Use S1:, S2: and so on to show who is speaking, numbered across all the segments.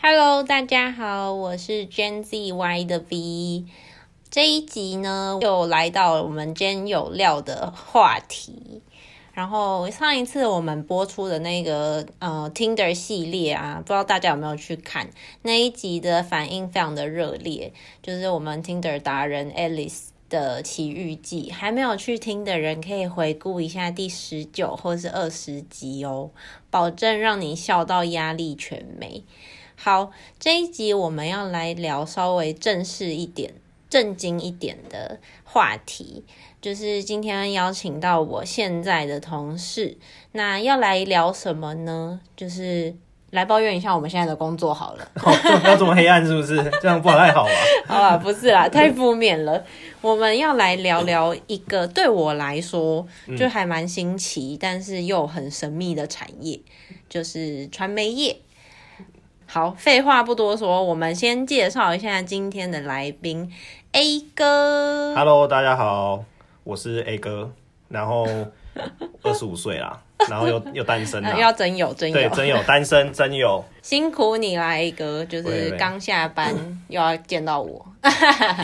S1: Hello，大家好，我是 Gen Z Y 的 V。这一集呢，又来到了我们今天有料的话题。然后上一次我们播出的那个呃 Tinder 系列啊，不知道大家有没有去看那一集的反应非常的热烈，就是我们 Tinder 达人 Alice 的奇遇记，还没有去听的人可以回顾一下第十九或是二十集哦，保证让你笑到压力全没。好，这一集我们要来聊稍微正式一点、正经一点的话题，就是今天邀请到我现在的同事，那要来聊什么呢？就是来抱怨一下我们现在的工作好了。
S2: 哦，这不要这么黑暗是不是？这样不太好吧？
S1: 好啊，不是啦，太负面了。我们要来聊聊一个对我来说
S2: 嗯
S1: 就还蛮新奇，但是又很神秘的产业，就是传媒业。好，废话不多说，我们先介绍一下今天的来宾 A 哥。
S2: Hello，大家好，我是 A 哥，然后二十五岁啦，然后又又单身
S1: 呃
S2: 啦，
S1: 要真有真
S2: 啊对，
S1: 有，
S2: 真有单身真有，
S1: 辛苦你啦 A 哥，就
S2: 喂
S1: 是
S2: 喂
S1: 刚下班又要见到我。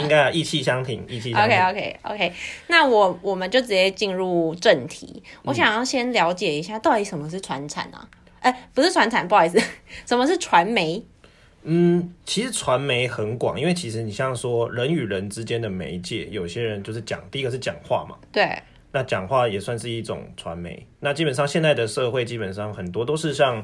S2: 应该啊意气相挺，意气相
S1: OK
S2: 挺。
S1: OK OK，那我我们就直接进入正题。
S2: 嗯
S1: 我想要先了解一下，到底什么是传产啊？哎、不是传产，不好意思，什么是传媒？
S2: 嗯，其实传媒很广，因为其实你像说人与人之间的媒介，有些人就是讲，第一个是讲话嘛，
S1: 对，
S2: 那讲话也算是一种传媒。那基本上现在的社会，基本上很多都是像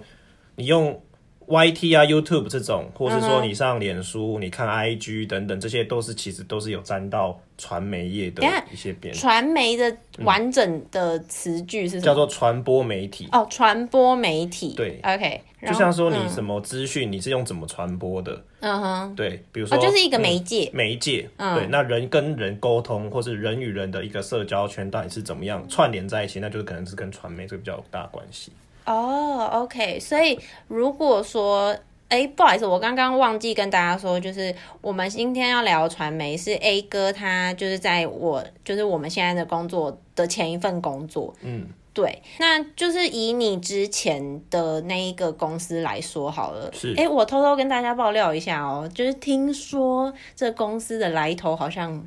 S2: 你用 YT 啊、YouTube 这种，或是说你上脸书、你看 IG 等等，这些都是其实都是有沾到传媒业的
S1: 等一下
S2: 一些边，
S1: 传媒的完整的词句是什么？
S2: 嗯叫做传播媒体。
S1: 哦，传播媒体。
S2: 对
S1: ，OK，然
S2: 就
S1: 后
S2: 像说你
S1: 嗯
S2: 什么资讯，你是用怎么传播的？
S1: 嗯哼，
S2: 对，比如说、
S1: 哦，就是一个媒介。
S2: 媒介，
S1: 嗯
S2: 对，那人跟人沟通，或是人与人的一个社交圈到底是怎么样串联在一起？那就是可能是跟传媒这个比较有大关系。
S1: 哦、o k 所以如果说，哎，不好意思，我刚刚忘记跟大家说，就是我们今天要聊传媒是 A 哥他就是在我就是我们现在的工作的前一份工作，
S2: 嗯，
S1: 对，那就是以你之前的那一个公司来说好了，
S2: 是
S1: 哎，我偷偷跟大家爆料一下哦，就是听说这公司的来头好像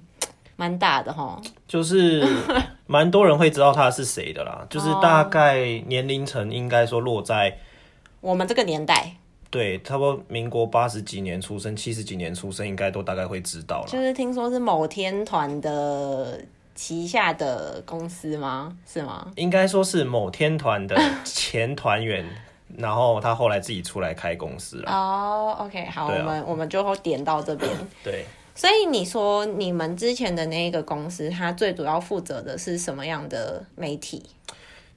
S1: 蛮大的哈，
S2: 就是 蛮多人会知道他是谁的
S1: 哦
S2: 啦，就是大概年龄层应该说落在
S1: 我们这个年代。
S2: 对，差不多民国八十几年出生、七十几年出生，应该都大概会知道
S1: 就
S2: 了。
S1: 是听说是某天团的旗下的公司吗？是吗？
S2: 应该说是某天团的前团员，然后他后来自己出来开公司 了。
S1: 哦、o k 好，
S2: 啊对啊
S1: 我们我们就点到这 边。
S2: 对，
S1: 所以你说你们之前的那个公司，它最主要负责的是什么样的媒体？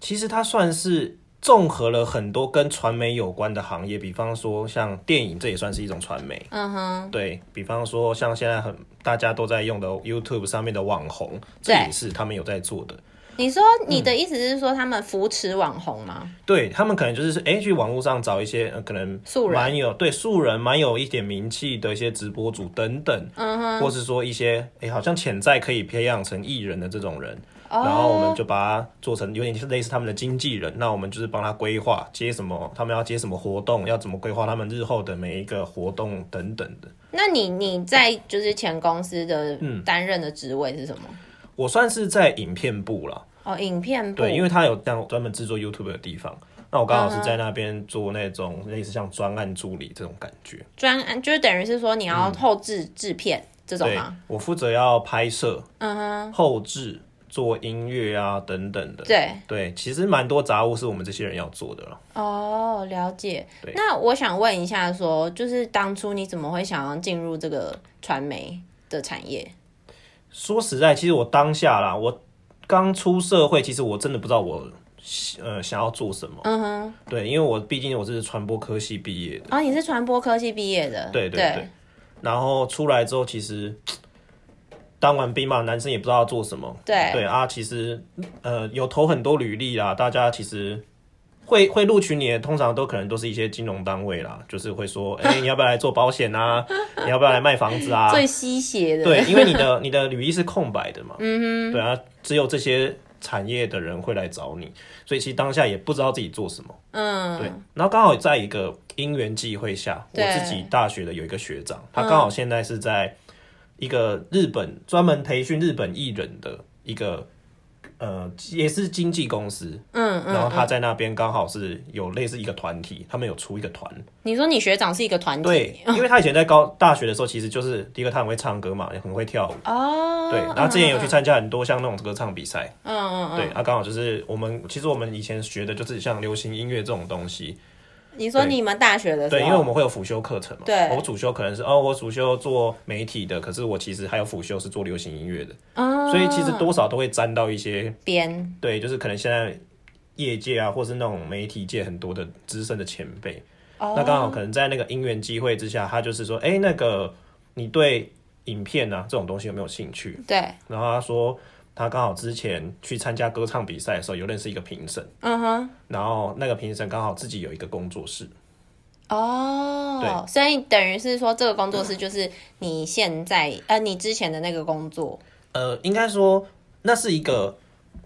S2: 其实他算是综合了很多跟传媒有关的行业，比方说像电影，这也算是一种传媒。
S1: 嗯哼，
S2: 对比方说，像现在很大家都在用的 YouTube 上面的网红，这
S1: 对
S2: 也是他们有在做的。
S1: 你说你的意思是说他们扶持网红吗？
S2: 对他们可能就是哎、诶去网络上找一些、呃、可能
S1: 素人
S2: 蛮有对素人蛮有一点名气的一些直播主等等，
S1: 嗯哼，
S2: 或是说一些哎、诶好像潜在可以培养成艺人的这种人，
S1: 哦
S2: 然后我们就把它做成有点类似他们的经纪人，那我们就是帮他规划接什么，他们要接什么活动，要怎么规划他们日后的每一个活动等等的。
S1: 那你你在就是前公司的
S2: 嗯
S1: 担任的职位是什么？
S2: 我算是在影片部啦，
S1: 哦，影片部。
S2: 对，因为他有这样专门制作 YouTube 的地方，那我刚
S1: 嗯
S2: 好是在那边做那种类似像专案助理这种感觉。
S1: 专案就是等于是说你
S2: 嗯
S1: 要后制制片这种
S2: 对
S1: 吗？，
S2: 我负责要拍摄、
S1: 嗯哼，
S2: 后置、做音乐啊等等的。
S1: 对，
S2: 对，其实蛮多杂物是我们这些人要做的了。
S1: 哦，了解
S2: 对。
S1: 那我想问一下说就是当初你怎么会想要进入这个传媒的产业？
S2: 说实在，其实我当下啦，我刚出社会，其实我真的不知道我呃想要做什么。
S1: 嗯哼，
S2: 对，因为我毕竟我是传播科系毕业的，
S1: 哦，你是传播科系毕业的，
S2: 对对对。然后出来之后，其实当完兵嘛，男生也不知道要做什么。
S1: 对
S2: 对啊，其实呃有投很多履历啦，大家其实会会录取你的，通常都可能都是一些金融单位啦，就是会说，哎、你要不要来做保险啊？你要不要来卖房子啊？
S1: 最吸血的，
S2: 对，因为你的你的履历是空白的嘛，嗯哼，对啊，只有这些产业的人会来找你，所以其实当下也不知道自己做什么。对
S1: 嗯，，
S2: 然后刚好在一个因缘际会下，我
S1: 对
S2: 自己大学的有一个学长，他刚好现在是在一个日本专门培训日本艺人的一个呃，也是经纪公司，
S1: 嗯
S2: 然后他在那边刚好是有类似一个团体，他们有出一个团，
S1: 你说你学长是一个团体，
S2: 对， 因为他以前在高大学的时候，其实就是第一个他很会唱歌嘛，也很会跳舞，
S1: 哦，
S2: 对，然后之前有去参加很多像那种歌唱比赛，
S1: 嗯嗯
S2: 对，啊他刚好就是我们其实我们以前学的就是像流行音乐这种东西，
S1: 嗯，你说你们大学的时候，
S2: 对，因为我们会有辅修课程嘛。
S1: 对
S2: 我主修可能是哦，我主修做媒体的，可是我其实还有辅修是做流行音乐的，
S1: 啊
S2: 所以其实多少都会沾到一些，
S1: 编，
S2: 对，就是可能现在业界啊，或是那种媒体界很多的资深的前辈，
S1: 哦
S2: 那刚好可能在那个因缘机会之下，他就是说，哎、那个你对影片啊这种东西有没有兴趣？
S1: 对，
S2: 然后他说。他刚好之前去参加歌唱比赛的时候，有认识一个评审，
S1: 嗯哼，
S2: 然后那个评审刚好自己有一个工作室，
S1: 哦，所以等于是说这个工作室就是你现在呃你之前的那个工作，
S2: 呃，应该说那是一个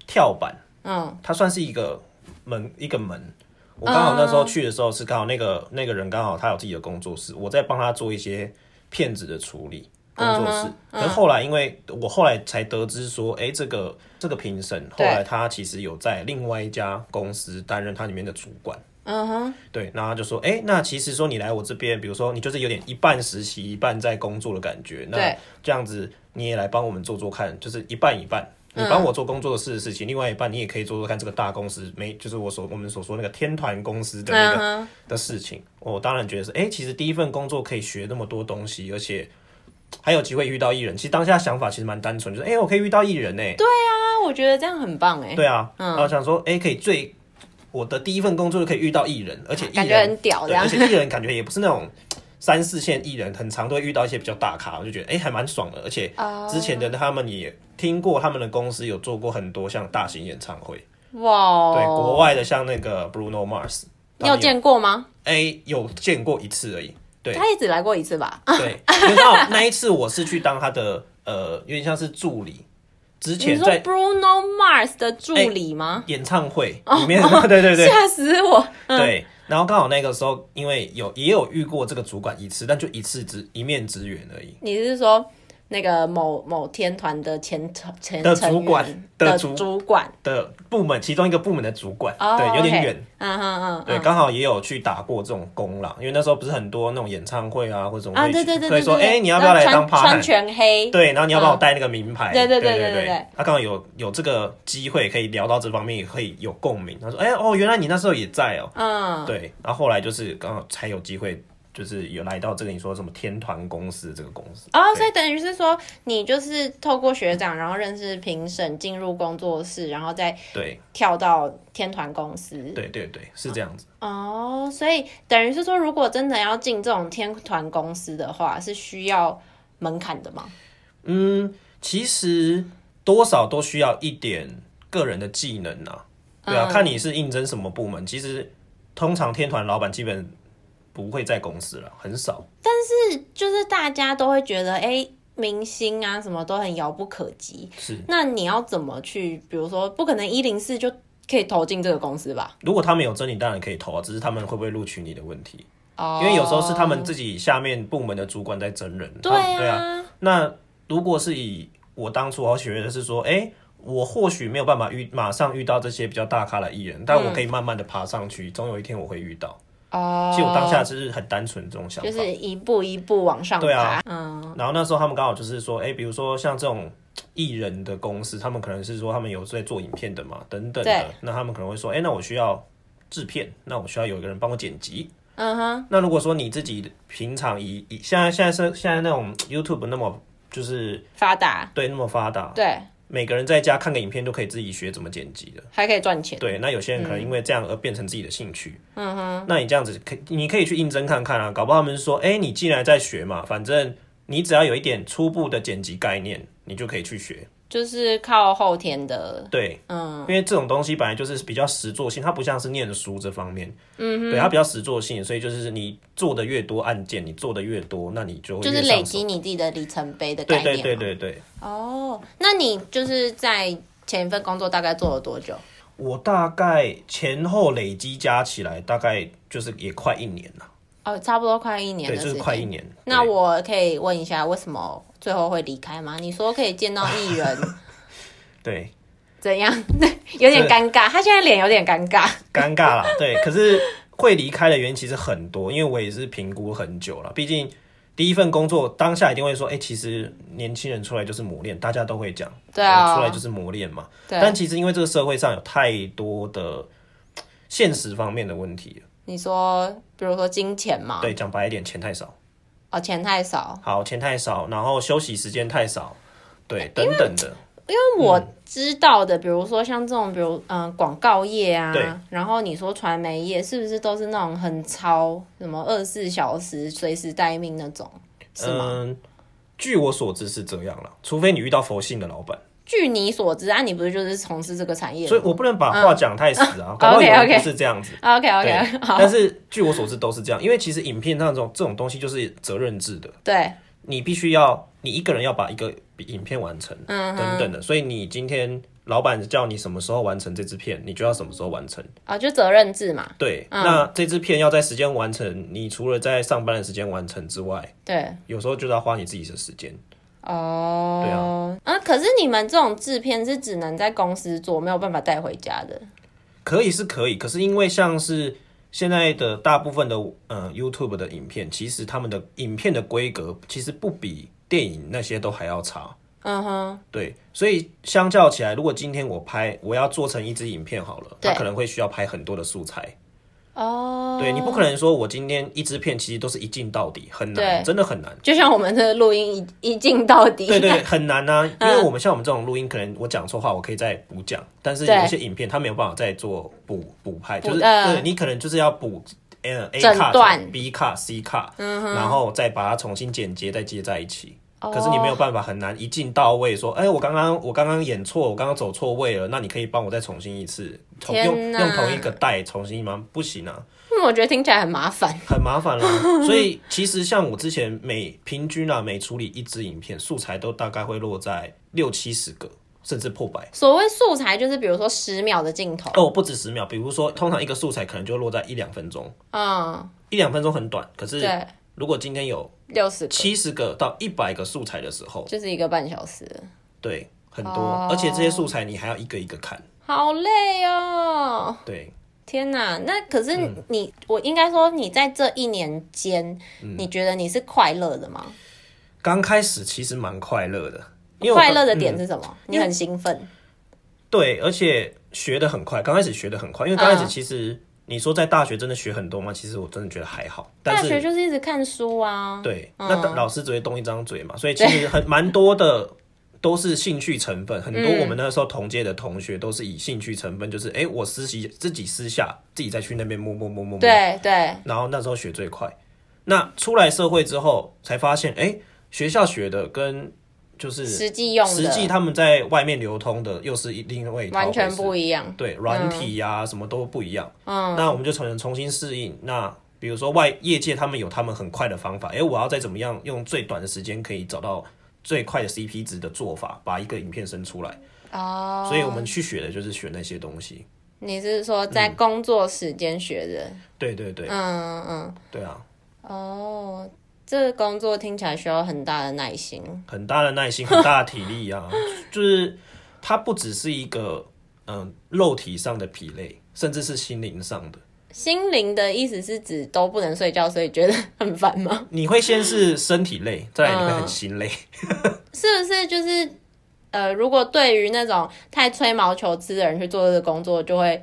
S2: 跳板，
S1: 嗯
S2: 它算是一个门一个门。我刚好那时候去的时候是刚好那个、那个人刚好他有自己的工作室，我在帮他做一些片子的处理工
S1: 嗯
S2: 作室。可是后来因为我后来才得知说，哎、这个这个评审后
S1: 对
S2: 来他其实有在另外一家公司担任他里面的主管。
S1: 嗯哼，
S2: 对，那他就说，哎、那其实说你来我这边，比如说你就是有点一半实习一半在工作的感觉，那
S1: 对
S2: 这样子你也来帮我们做做看，就是一半一半，你帮
S1: 嗯
S2: 我做工作室的事情，另外一半你也可以做做看这个大公司，没就是我所我们所说那个天团公司的
S1: 嗯
S2: 那个、
S1: 哼，
S2: 的事情，我当然觉得是，哎、其实第一份工作可以学那么多东西，而且还有机会遇到艺人，其实当下想法其实蛮单纯，就是哎、诶我可以遇到艺人呢、欸
S1: 啊，我觉得这样很棒哎，
S2: 对啊，然后想说，哎、可以最我的第一份工作就可以遇到艺人，而且艺
S1: 感
S2: 人
S1: 觉很屌这
S2: 对，
S1: 样
S2: 而且艺人感觉也不是那种三四线艺人，很常都会遇到一些比较大咖，我就觉得哎、诶还蛮爽的。而且
S1: 哦
S2: 之前的他们也听过他们的公司有做过很多像大型演唱会，
S1: 哇，
S2: 对，国，外的像那个 Bruno
S1: 哦
S2: Mars，
S1: 你有见过吗？
S2: 哎、有见过一次而已，对
S1: 他也只来过一次吧？
S2: 对，你知道那一次我是去当他的呃，有点像是助理。之
S1: 啊你
S2: 前
S1: 说
S2: 在
S1: Bruno Mars 的助理吗？
S2: 演唱会里面， 对哎对对，
S1: 哦吓死我！
S2: 对，然后刚好那个时候，因为有也有遇过这个主管一次，但就一次只一面之缘而已。
S1: 你是说那个某某天团的前成前
S2: 的
S1: 成员
S2: 主管的
S1: 的
S2: 主
S1: 主管？
S2: 的部门其中一个部门的主管
S1: 哦
S2: 对，有点
S1: OK
S2: 远。
S1: 嗯嗯嗯，
S2: 对，刚好也有去打过这种工啦，因为那时候不是很多那种演唱会啊或者什么
S1: 啊，
S2: 会
S1: 对
S2: 去，
S1: 对对，
S2: 所以说，
S1: 对对
S2: 哎、你要不要来
S1: 然后
S2: 当
S1: 穿穿
S2: partner？
S1: 全黑，
S2: 对，然后你要帮我
S1: 嗯
S2: 带那个名牌，
S1: 对对
S2: 对
S1: 对对
S2: 对
S1: 对对
S2: 他刚好有有这个机会可以聊到这方面，也可以有共鸣。他说，哎、哦，原来你那时候也在哦、
S1: 嗯，
S2: 对，然后后来就是刚好才有机会，就是有来到这个你说什么天团公司这个公司。
S1: 哦，
S2: 对
S1: 所以等于是说，你就是透过学长，然后认识评审，进入工作室，然后再
S2: 对
S1: 跳到天团公司。
S2: 对对对，是这样子。
S1: 哦，所以等于是说，如果真的要进这种天团公司的话，是需要门槛的吗？
S2: 嗯，其实多少都需要一点个人的技能啊。对
S1: 嗯
S2: 啊，看你是应征什么部门。其实通常天团老板基本不会在公司了，很少。
S1: 是，就是大家都会觉得，哎、明星啊，什么都很遥不可及。
S2: 是，
S1: 那你要怎么去？比如说，不可能一零四就可以投进这个公司吧？
S2: 如果他们有真，你当然可以投啊，只是他们会不会录取你的问题。
S1: 哦，
S2: 因为有时候是他们自己下面部门的主管在真人。
S1: 对
S2: 他们对啊，
S1: 啊，
S2: 那如果是以我当初我学的是说，哎、我或许没有办法遇马上遇到这些比较大咖的艺人，但
S1: 嗯
S2: 我可以慢慢的爬上去，总有一天我会遇到。
S1: 哦，
S2: 其实我当下就是很单纯这种想法。
S1: 就是一步一步往上爬。
S2: 对啊
S1: 嗯，
S2: 然后那时候他们刚好就是说，哎、比如说像这种艺人的公司，他们可能是说他们有在做影片的嘛，等等
S1: 对
S2: 的，那他们可能会说，哎、那我需要制片，那我需要有一个人帮我剪辑。
S1: 嗯哼，
S2: 那如果说你自己平常以以现在现在是现在那种 YouTube 那么就是
S1: 发达，
S2: 对那么发达，
S1: 对，
S2: 每个人在家看个影片都可以自己学怎么剪辑的。
S1: 还可以赚钱。
S2: 对，那有些人可
S1: 嗯
S2: 能因为这样而变成自己的兴趣。嗯哼，那你这样子可以你可以去应征看看啊，搞不好他们是说，哎、你既然在学嘛，反正你只要有一点初步的剪辑概念，你就可以去学。
S1: 就是靠后天的，
S2: 对，
S1: 嗯，
S2: 因为这种东西本来就是比较实作性，它不像是念书这方面，嗯哼，对，它比较实作性，所以就是你做的越多案件，你做的越多，那你就会
S1: 就
S2: 越
S1: 是累
S2: 上手。
S1: 积你自己的里程碑的概
S2: 对
S1: 念嘛。
S2: 对对对对，
S1: 哦，那你就是在前一份工作大概做了多久？
S2: 我大概前后累积加起来，大概就是也快一年了，
S1: 哦，差不多快一年
S2: 对，
S1: 的时
S2: 就是
S1: 间。
S2: 快一年。
S1: 那
S2: 对
S1: 我可以问一下，为什么最后会离开吗？你说可以见到艺 人，
S2: 对
S1: 怎样？ 有点尴尬，他现在脸有点尴尬。
S2: 尴 尬啦，对，可是会离开的原因其实很多，因为我也是评估很久了，毕竟。第一份工作当下一定会说，哎、其实年轻人出来就是磨练，大家都会讲，呃
S1: 对啊
S2: 出来就是磨练嘛。
S1: 对，
S2: 但其实因为这个社会上有太多的现实方面的问题了，
S1: 你说，比如说金钱嘛，
S2: 对，讲白一点，钱太少，
S1: 哦，钱太少。
S2: 好，钱太少，然后休息时间太少，对，等等的，
S1: 哎因
S2: 嗯
S1: 为我知道的，比如说像这种，比如嗯广、告业啊
S2: 对，
S1: 然后你说传媒业，是不是都是那种很超什么二十四小时随时待命那种？是吗？
S2: 嗯，据我所知是这样了，除非你遇到佛性的老板，
S1: 据你所知啊，你不是就是从事这个产业的
S2: 所以
S1: 吗
S2: 我不能把话讲太死
S1: 嗯
S2: 啊，搞不好有
S1: OK，OK
S2: 人不是这样子。
S1: ？OK
S2: 对
S1: OK，好，
S2: 但是据我所知都是这样，因为其实影片上这种这种东西就是责任制的，
S1: 对，
S2: 你必须要你一个人要把一个影片完成，
S1: 嗯
S2: 等等的，所以你今天老板叫你什么时候完成这支片，你就要什么时候完成。
S1: 哦，就责任制嘛，
S2: 对，那这支片要在时间完成，你除了在上班的时间完成之外，
S1: 对，
S2: 有时候就是要花你自己的时间。
S1: 哦，啊，可是你们这种制片是只能在公司做，没有办法带回家的，
S2: 可以是可以，可是因为像是现在的大部分的呃 YouTube 的影片，其实他们的影片的规格其实不比电影那些都还要差。
S1: 嗯哼，
S2: 对，所以相较起来，如果今天我拍，我要做成一支影片好了，它
S1: 对
S2: 可能会需要拍很多的素材。
S1: 哦，
S2: 对你不可能说我今天一支片其实都是一镜到底，很难，
S1: 对
S2: 真的很难。
S1: 就像我们的录音一一镜到底，
S2: 对对，很难啊，
S1: 嗯
S2: 因为我们像我们这种录音，可能我讲错话，我可以再补讲，但是
S1: 对
S2: 有一些影片它没有办法再做补补拍，
S1: 补
S2: 就是
S1: 呃
S2: 对你可能就是要补。呃 A
S1: 整
S2: 卡、
S1: 段
S2: B 卡、C 卡，然后再把它重新剪接，再接在一起。
S1: 嗯哦
S2: 可是你没有办法，很难一镜到位。说，哎，我刚刚我刚刚演错，我刚刚走错位了，那你可以帮我再重新一次，重
S1: 天
S2: 用
S1: 哪
S2: 用同一个带重新吗？不行啊，
S1: 因 为我觉得听起来很麻烦，
S2: 很麻烦啦、 所以其实像我之前每平均啊，每处理一支影片，素材都大概会落在六七十个，甚至破百。
S1: 所谓素材就是比如说十秒的镜头，
S2: 哦，不止十秒，比如说，通常一个素材可能就落在一两分钟，
S1: 嗯，
S2: 一两分钟很短。可哦是
S1: 对，
S2: 如果今天有
S1: 六十个
S2: 七十个到一百个素材的时候，
S1: 就是一个半小时，
S2: 对，很多，
S1: 哦
S2: 而且这些素材你还要一个一个看，
S1: 好累哦。
S2: 对，
S1: 天呐，那可是
S2: 嗯
S1: 你，我应该说你在这一年间，
S2: 嗯
S1: 你觉得你是快乐的吗？
S2: 刚开始其实蛮快乐的，因为我
S1: 快乐
S2: 刚
S1: 的点
S2: 嗯
S1: 是什么？你很兴奋，
S2: 对，而且学的很快，刚开始学的很快，因为刚开始
S1: 嗯
S2: 其实、你说在大学真的学很多吗？其实我真的觉得还好，但
S1: 大
S2: 是
S1: 学就是一直看书啊。
S2: 对，那当老师只会动一张嘴嘛，所以其实很蛮多的都是兴趣成分，很多我们那时候同届的同学都是以兴趣成分，就是哎、诶我私习自己私下自己再去那边摸摸摸摸摸，
S1: 对对
S2: 然后那时候学最快。那出来社会之后才发现，哎、学校学的跟就是
S1: 实际用的
S2: 实际他们在外面流通的又是一另外一套
S1: 完全
S2: 回事
S1: 不一样。
S2: 对，软体呀、什么都不一样。嗯，那我们就重重新适应。那比如说外业界他们有他们很快的方法，哎、我要再怎么样用最短的时间可以找到最快的 CP 值的做法，把一个影片生出来。
S1: 哦，
S2: 所以我们去学的就是学那些东西。
S1: 你是说在工作时间学的？
S2: 对嗯对对，
S1: 嗯嗯
S2: 对啊，
S1: 嗯，哦，这个工作听起来需要很大的耐心。
S2: 很大的耐心，很大的体力啊， 就是它不只是一个嗯肉体上的疲累，甚至是心灵上的。
S1: 心灵的意思是指都不能睡觉，所以觉得很烦吗？
S2: 你会先是身体累，再来你会
S1: 嗯
S2: 很心累。
S1: 是不是就是呃，如果对于那种太吹毛求疵的人去做这个工作，就会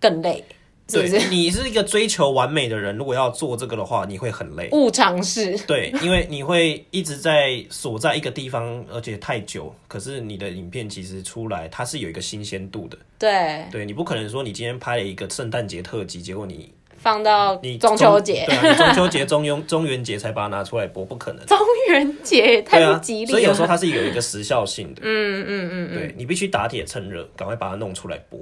S1: 更累，是不是？
S2: 对，你是一个追求完美的人，如果要做这个的话，你会很累。
S1: 误尝试，
S2: 对，因为你会一直在锁在一个地方，而且太久。可是你的影片其实出来，它是有一个新鲜度
S1: 嗯
S2: 的。
S1: 对，
S2: 对你不可能说你今天拍了一个圣诞节特辑，结果你
S1: 放到
S2: 你
S1: 中秋节、
S2: 对啊，你中秋节、中庸、中元节才把它拿出来播，不可能。
S1: 中元节也
S2: 对
S1: 太
S2: 啊
S1: 不，吉利了。
S2: 所以有时候它是有一个时效性的。
S1: 嗯嗯嗯
S2: 对你必须打铁趁热，赶快把它弄出来播。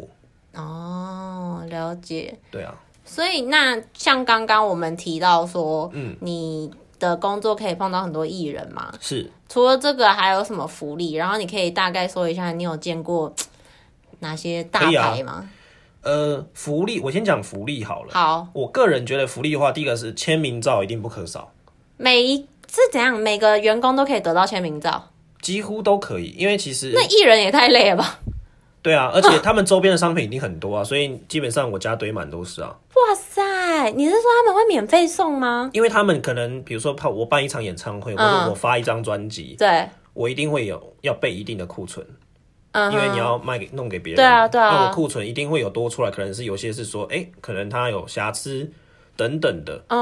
S1: 嗯，哦，了解。
S2: 对啊，
S1: 所以那像刚刚我们提到说，嗯，你的工作可以碰到很多艺人嘛？
S2: 是
S1: 除了这个还有什么福利？然后你可以大概说一下，你有见过哪些大
S2: 可以啊
S1: 牌吗？
S2: 呃，福利，我先讲福利好了。
S1: 好，
S2: 哦我个人觉得福利的话，第一个是签名照一定不可少，
S1: 每一是怎样？每个员工都可以得到签名照？
S2: 几乎都可以，因为其实
S1: 那艺人也太累了吧！
S2: 对啊，而且他们周边的商品一定很多啊，所以基本上我家堆满都是啊，
S1: 哇塞，你是说他们会免费送吗？
S2: 因为他们可能比如说怕我办一场演唱会，或者我发一张专辑，
S1: 对，
S2: 我一定会有要备一定的库存，
S1: 嗯
S2: 因为你
S1: 哼，
S2: 要卖给弄给别人，
S1: 对啊对啊
S2: 那我库存一定会有多出来，可能是有些是说，哎、可能它有瑕疵等等的，
S1: 嗯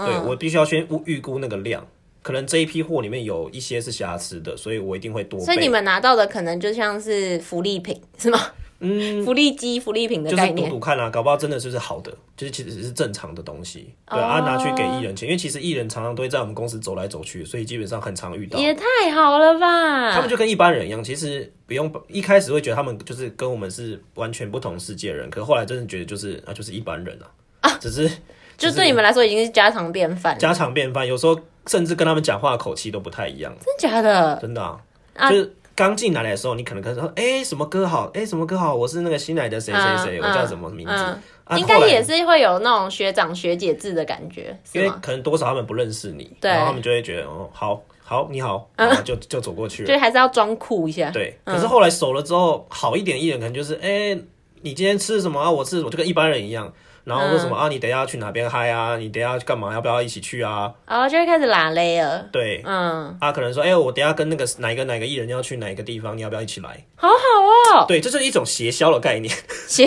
S1: 嗯
S2: 对我必须要先预估那个量，可能这一批货里面有一些是瑕疵的，所以我一定会多
S1: 嗯，
S2: 备。
S1: 所以你们拿到的可能就像是福利品是吗？嗯，福利机、福利品的
S2: 就
S1: 概
S2: 是赌
S1: 念。
S2: 赌看啊，搞不好真的就是好的，就是其实是正常的东西，对
S1: 哦
S2: 啊，拿去给艺人钱，因为其实艺人常常都会在我们公司走来走去，所以基本上很常遇到。
S1: 也太好了吧！
S2: 他们就跟一般人一样，其实不用一开始会觉得他们就是跟我们是完全不同世界的人，可是后来真的觉得就是啊，就是一般人啊，只是
S1: 就对你们来说已经是家常便饭，真
S2: 家常便饭，有时候甚至跟他们讲话的口气都不太一样，
S1: 的假的？
S2: 真的啊，
S1: 啊
S2: 就是刚进来的时候，你可能跟他说，哎、什么歌好，哎、什么歌好，我是那个新来的谁谁谁，
S1: 嗯
S2: 我叫什么名字，
S1: 嗯
S2: 啊，
S1: 应该
S2: 后来
S1: 也是会有那种学长学姐制的感觉，
S2: 因
S1: 是
S2: 为
S1: 吗？
S2: 可能多少他们不认识你，
S1: 对嗯
S2: 然后他们就会觉得哦，好好你好，然后就就走过去了。
S1: 就还是要装酷一下。
S2: 对，可是后来熟了之后，好一点艺人可能就是，哎，你今天吃什么啊？我吃，我就跟一般人一样。然后为
S1: 嗯
S2: 什么啊？你等一下要去哪边嗨啊？你等一下要干嘛？要不要一起去啊？
S1: 然哦后就会开始拉勒了。
S2: 对，
S1: 嗯，
S2: 啊，可能说，哎，我等一下跟那个哪一个哪个艺人要去哪一个地方，你要不要一起来？
S1: 好好哦，
S2: 对，这是一种邪销的概念，
S1: 邪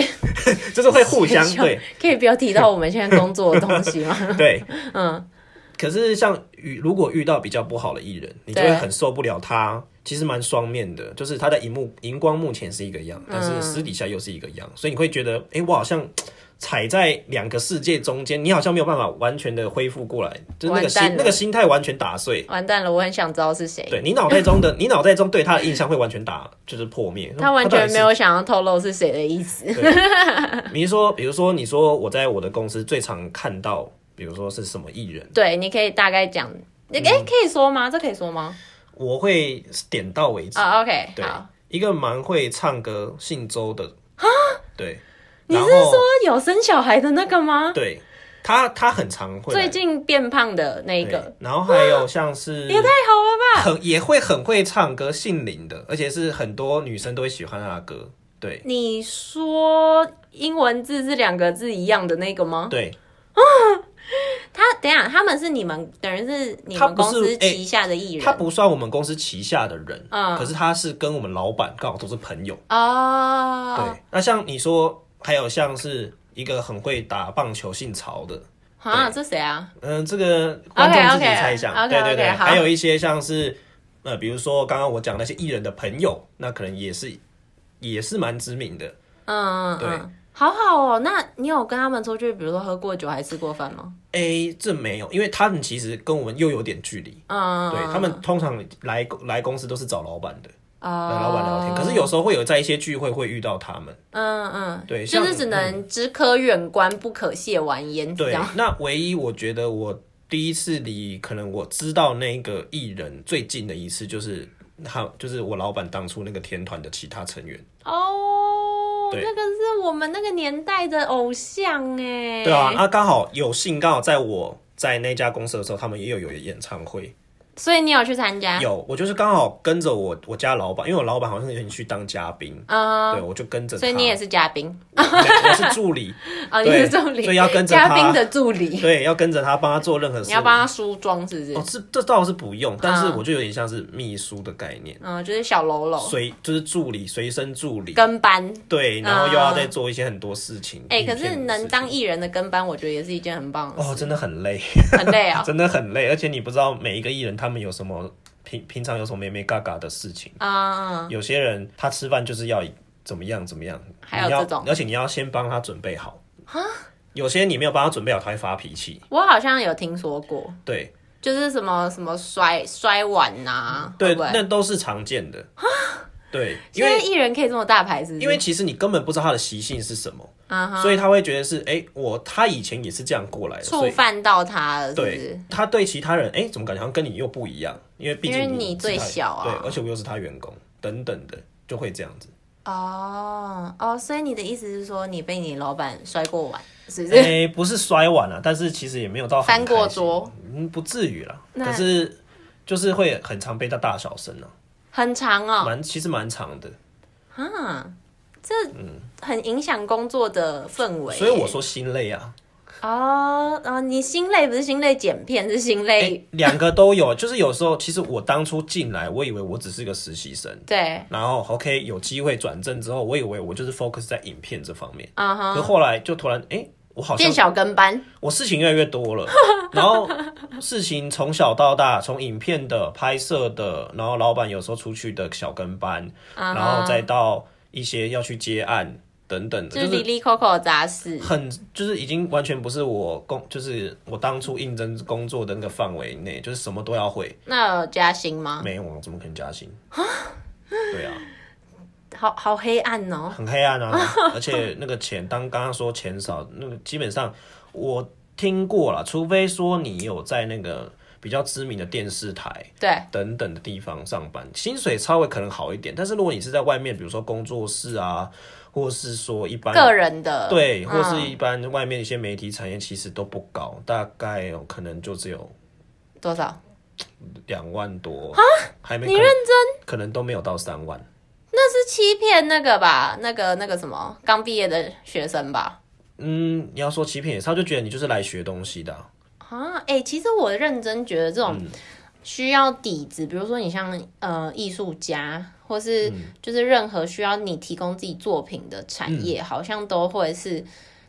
S2: 就是会 互相
S1: 邪销
S2: 对
S1: 可以不要提到我们现在工作的东西吗？
S2: 对。
S1: 嗯，
S2: 可是像遇如果遇到比较不好的艺人，你就会
S1: 对
S2: 很受不了他。其实蛮双面的，就是他在荧幕荧光幕前是一个样，
S1: 嗯
S2: 但是私底下又是一个样，所以你会觉得，哎、我好像踩在两个世界中间，你好像没有办法完全的恢复过来，就是那个
S1: 完
S2: 心
S1: 蛋了
S2: 那个心态完全打碎。
S1: 完蛋了，我很想知道是谁。
S2: 对你脑 袋中的你脑袋中对他的印象会完全打就是破灭，
S1: 他完
S2: 到
S1: 全
S2: 底是
S1: 没有想要透露是谁的意思。
S2: 比如说，比如说你说我在我的公司最常看到，比如说是什么艺人，
S1: 对，你可以大概讲，哎、
S2: 嗯
S1: 可以说吗？这可以说吗？
S2: 我会点到为止。
S1: 啊、o k
S2: 对
S1: 好。，啊
S2: 一个蛮会唱歌，姓周的对，
S1: 你
S2: 然
S1: 是
S2: 后
S1: 说有生小孩的那个吗？
S2: 对他他很常会来
S1: 最近变胖的那一
S2: 对
S1: 个，
S2: 然后还有像是
S1: 也太好了吧！
S2: 很也会很会唱歌，姓林的，而且是很多女生都会喜欢他的歌，对
S1: 你说英文字是两个字一样的那个吗？
S2: 对，
S1: 他等一下，他们是你们等于是你
S2: 他
S1: 们
S2: 不
S1: 公
S2: 是
S1: 司
S2: 哎
S1: 旗下的艺人，
S2: 他不算我们公司旗下的人，
S1: 嗯
S2: 可是他是跟我们老板刚好都是朋友，
S1: 哦，
S2: 对，那像你说还有像是一个很会打棒球姓曹的，
S1: 啊，这谁啊？
S2: 嗯，这个观众自己
S1: OK，OK，
S2: 猜想。
S1: OK，OK，
S2: 对对对，
S1: 好
S2: 还有一些像是呃，比如说刚刚我讲那些艺人的朋友，那可能也是也是蛮知名的。
S1: 嗯嗯
S2: 对
S1: 嗯，好好哦。那你有跟他们出去，比如说喝过酒还吃过饭吗？
S2: A 这没有，因为他们其实跟我们又有点距离。
S1: 嗯，
S2: 对他们通常来来公司都是找老板的，
S1: 哦
S2: 跟老板聊天。可是有时候会有在一些聚会会遇到他们。
S1: 嗯嗯，
S2: 对
S1: 就
S2: 像
S1: 是只能只可远观不可亵玩焉，这
S2: 对
S1: 样。，
S2: 那唯一我觉得我第一次离可能我知道那个艺人最近的一次就是他，就是我老板当初那个天团的其他成员。
S1: 哦，
S2: 对
S1: 那个是我们那个年代的偶像哎。
S2: 对啊，，啊，刚好有幸刚好在我在那家公司的时候，他们也有有演唱会，
S1: 所以你有去参加？
S2: 有我就是刚好跟着我我家老板，因为我老板好像有点去当嘉宾，
S1: 啊，
S2: 对我就跟着他，
S1: 所以你也是嘉宾
S2: 对我是助理，
S1: 哦，你
S2: 对
S1: 是助理，
S2: 所以要跟着他
S1: 嘉宾的助理，
S2: 对，要跟着他帮他做任何事。
S1: 你要帮他啊梳妆是不是
S2: 哦，？这这倒是不用，但是我就有点像是秘书的概念，
S1: 嗯，就是小喽啰
S2: 随就是助理随身助理，
S1: 跟班。
S2: 对，然后又要再做一些很多事情。
S1: 哎、
S2: 影
S1: 可
S2: 片的
S1: 是
S2: 事
S1: 能
S2: 情
S1: 当艺人的跟班，我觉得也是一件很棒的
S2: 哦，
S1: 事，
S2: 真的很累。
S1: 很累啊、
S2: 真的很累，而且你不知道每一个艺人他们有什么平平常有什么咩咩嘎嘎的事情。
S1: 啊、
S2: 有些人他吃饭就是要怎么样怎么样，
S1: 还有
S2: 你要
S1: 这种
S2: 而且你要先帮他准备好有些你没有帮他准备好，他会发脾气。
S1: 我好像有听说过，
S2: 对
S1: 就是什么什么摔摔碗呐、
S2: 对，
S1: 会不会
S2: 那都是常见的。对，因
S1: 现在
S2: 为
S1: 艺人可以这么大牌是不是？
S2: 因为其实你根本不知道他的习性是什么，
S1: 啊哈，
S2: 所以他会觉得是哎、我他以前也是这样过来的，所
S1: 触
S2: 以
S1: 犯到他了是不
S2: 对
S1: 是？
S2: 他对其他人哎、怎么感觉好像跟你又不一样？因为毕
S1: 因为
S2: 竟
S1: 你
S2: 是
S1: 最
S2: 他
S1: 小啊
S2: 对，而且我又是他员工等等的，就会这样子。
S1: 哦哦，所以你的意思是说，你被你老板摔过碗，是不是？
S2: 诶、不是摔碗了、啊，但是其实也没有到很
S1: 翻过
S2: 开心
S1: 桌，
S2: 嗯，不至于啦。
S1: 那
S2: 可是就是会很常被到大小声啊，
S1: 很长哦，
S2: 蛮其实蛮长的。
S1: 啊，这很影响工作的氛围。
S2: 所以我说心累啊，
S1: 哦哦，你心累不是心累剪片，是心累、
S2: 诶两、个都有。啊就是有时候其实我当初进来，我以为我只是个实习生，
S1: 对，
S2: 然后 OK 有机会转正之后，我以为我就是 focus 在影片这方面，
S1: 啊哈，
S2: 可后来就突然诶，我好像
S1: 变小跟班，
S2: 我事情越来越多 了，然后事情从小到大，从影片的拍摄的，然后老板有时候出去的小跟班，
S1: 啊
S2: 然后再到一些要去接案等等
S1: 就
S2: 的，
S1: 是
S2: 就
S1: 里
S2: 是
S1: 里扣扣的杂事。
S2: 很就是已经完全不是我工，就是我当初应征工作的那个范围内，就是什么都要会，
S1: 那有加薪吗？
S2: 没有啊，怎么可能加薪？ 对啊，
S1: 好好黑暗哦。
S2: 很 黑暗啊，而且那个钱，当刚刚说钱少，那个基本上我听过了，除非说你有在那个比较知名的电视台
S1: 对，
S2: 等等的地方上班，薪水稍微可能好一点，但是如果你是在外面，比如说工作室啊，或是说一般
S1: 个人的
S2: 对，或是
S1: 嗯
S2: 一般外面一些媒体产业，其实都不高，大概有可能就只有
S1: 多少？
S2: 两万多还没
S1: 啊你
S2: 可能
S1: 认真？
S2: 可能都没有到三万。
S1: 那是欺骗那个吧？那个那个什么刚毕业的学生吧？
S2: 嗯，你要说欺骗也是，他就觉得你就是来学东西的啊、
S1: 啊，哎、其实我认真觉得这种需要底子，比如说你像呃艺术家，或是就是任何需要你提供自己作品的产业，好像都会是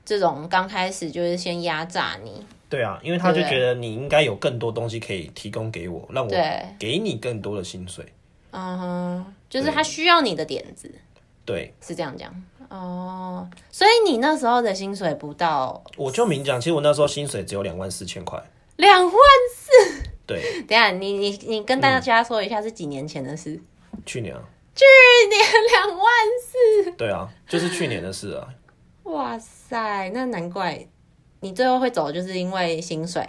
S1: 这种刚开始就是先压榨你。
S2: 对啊，因为他就
S1: 对不对
S2: 觉得你应该有更多东西可以提供给我，让我
S1: 对，
S2: 给你更多的薪水。
S1: 嗯哼，就是他需要你的点子，
S2: 对，
S1: 是这样讲哦。所以你那时候的薪水不到
S2: 我就明讲，其实我那时候薪水只有两万四千块。
S1: 两万。
S2: 对，
S1: 等一下，你你你跟大家说一下是几年前的事？
S2: 去年啊，
S1: 去年两万
S2: 对啊，就是去年的事 啊。
S1: 哇塞，那难怪你最后会走，就是因为薪水，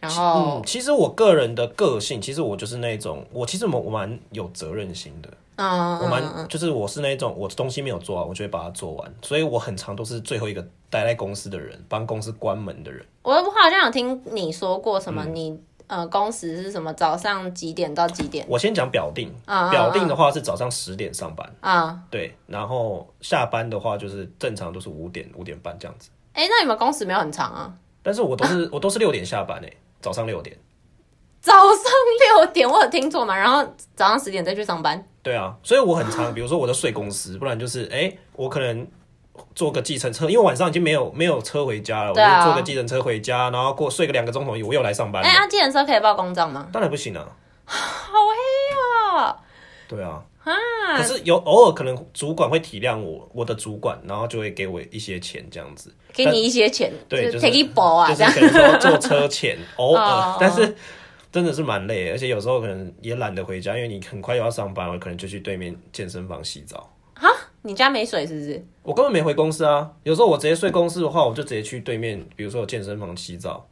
S1: 然后
S2: 嗯，其实我个人的个性，其实我就是那种，我其实我我蛮有责任心的，
S1: 嗯，
S2: 我
S1: 嗯嗯
S2: 蛮就是我是那种，我东西没有做完，我就会把它做完，所以我很常都是最后一个待在公司的人，帮公司关门的人。
S1: 我我好像有听你说过什么你，呃工时是什么早上几点到几点
S2: 我先讲表定，
S1: 啊
S2: 表定的话是早上十点上班。
S1: 啊？
S2: 对，然后下班的话就是正常都是五点五点半这样子，
S1: 哎、那你们工时没有很长啊？
S2: 但是我都是我都是六点下班诶、欸早上六点。
S1: 早上六点，我有听错嘛？然后早上十点再去上班，
S2: 对啊，所以我很常，比如说我都睡公司，不然就是哎、诶我可能坐个计程车，因为晚上已经没有没有车回家了，我
S1: 对啊
S2: 就坐个计程车回家，然后过睡个两个钟头，我又来上班
S1: 哎、
S2: 了。
S1: 那计程车可以报公账吗？
S2: 当然不行啊，
S1: 好黑哦、
S2: 对啊。可
S1: 啊！
S2: 是有偶尔可能主管会体谅我，我的主管，然后就会给我一些钱这样子。
S1: 给你一些钱，
S2: 对
S1: 就
S2: 就是
S1: 是 take it ball 啊，
S2: 就
S1: 这
S2: 是
S1: 样
S2: 可能说坐车前 偶
S1: 哦
S2: 尔，但是真的是蛮累的，而且有时候可能也懒得回家，因为你很快又要上班，我可能就去对面健身房洗澡。
S1: 哈，你家没水是不是？
S2: 我根本没回公司啊，有时候我直接睡公司的话，我就直接去对面，比如说有健身房洗澡。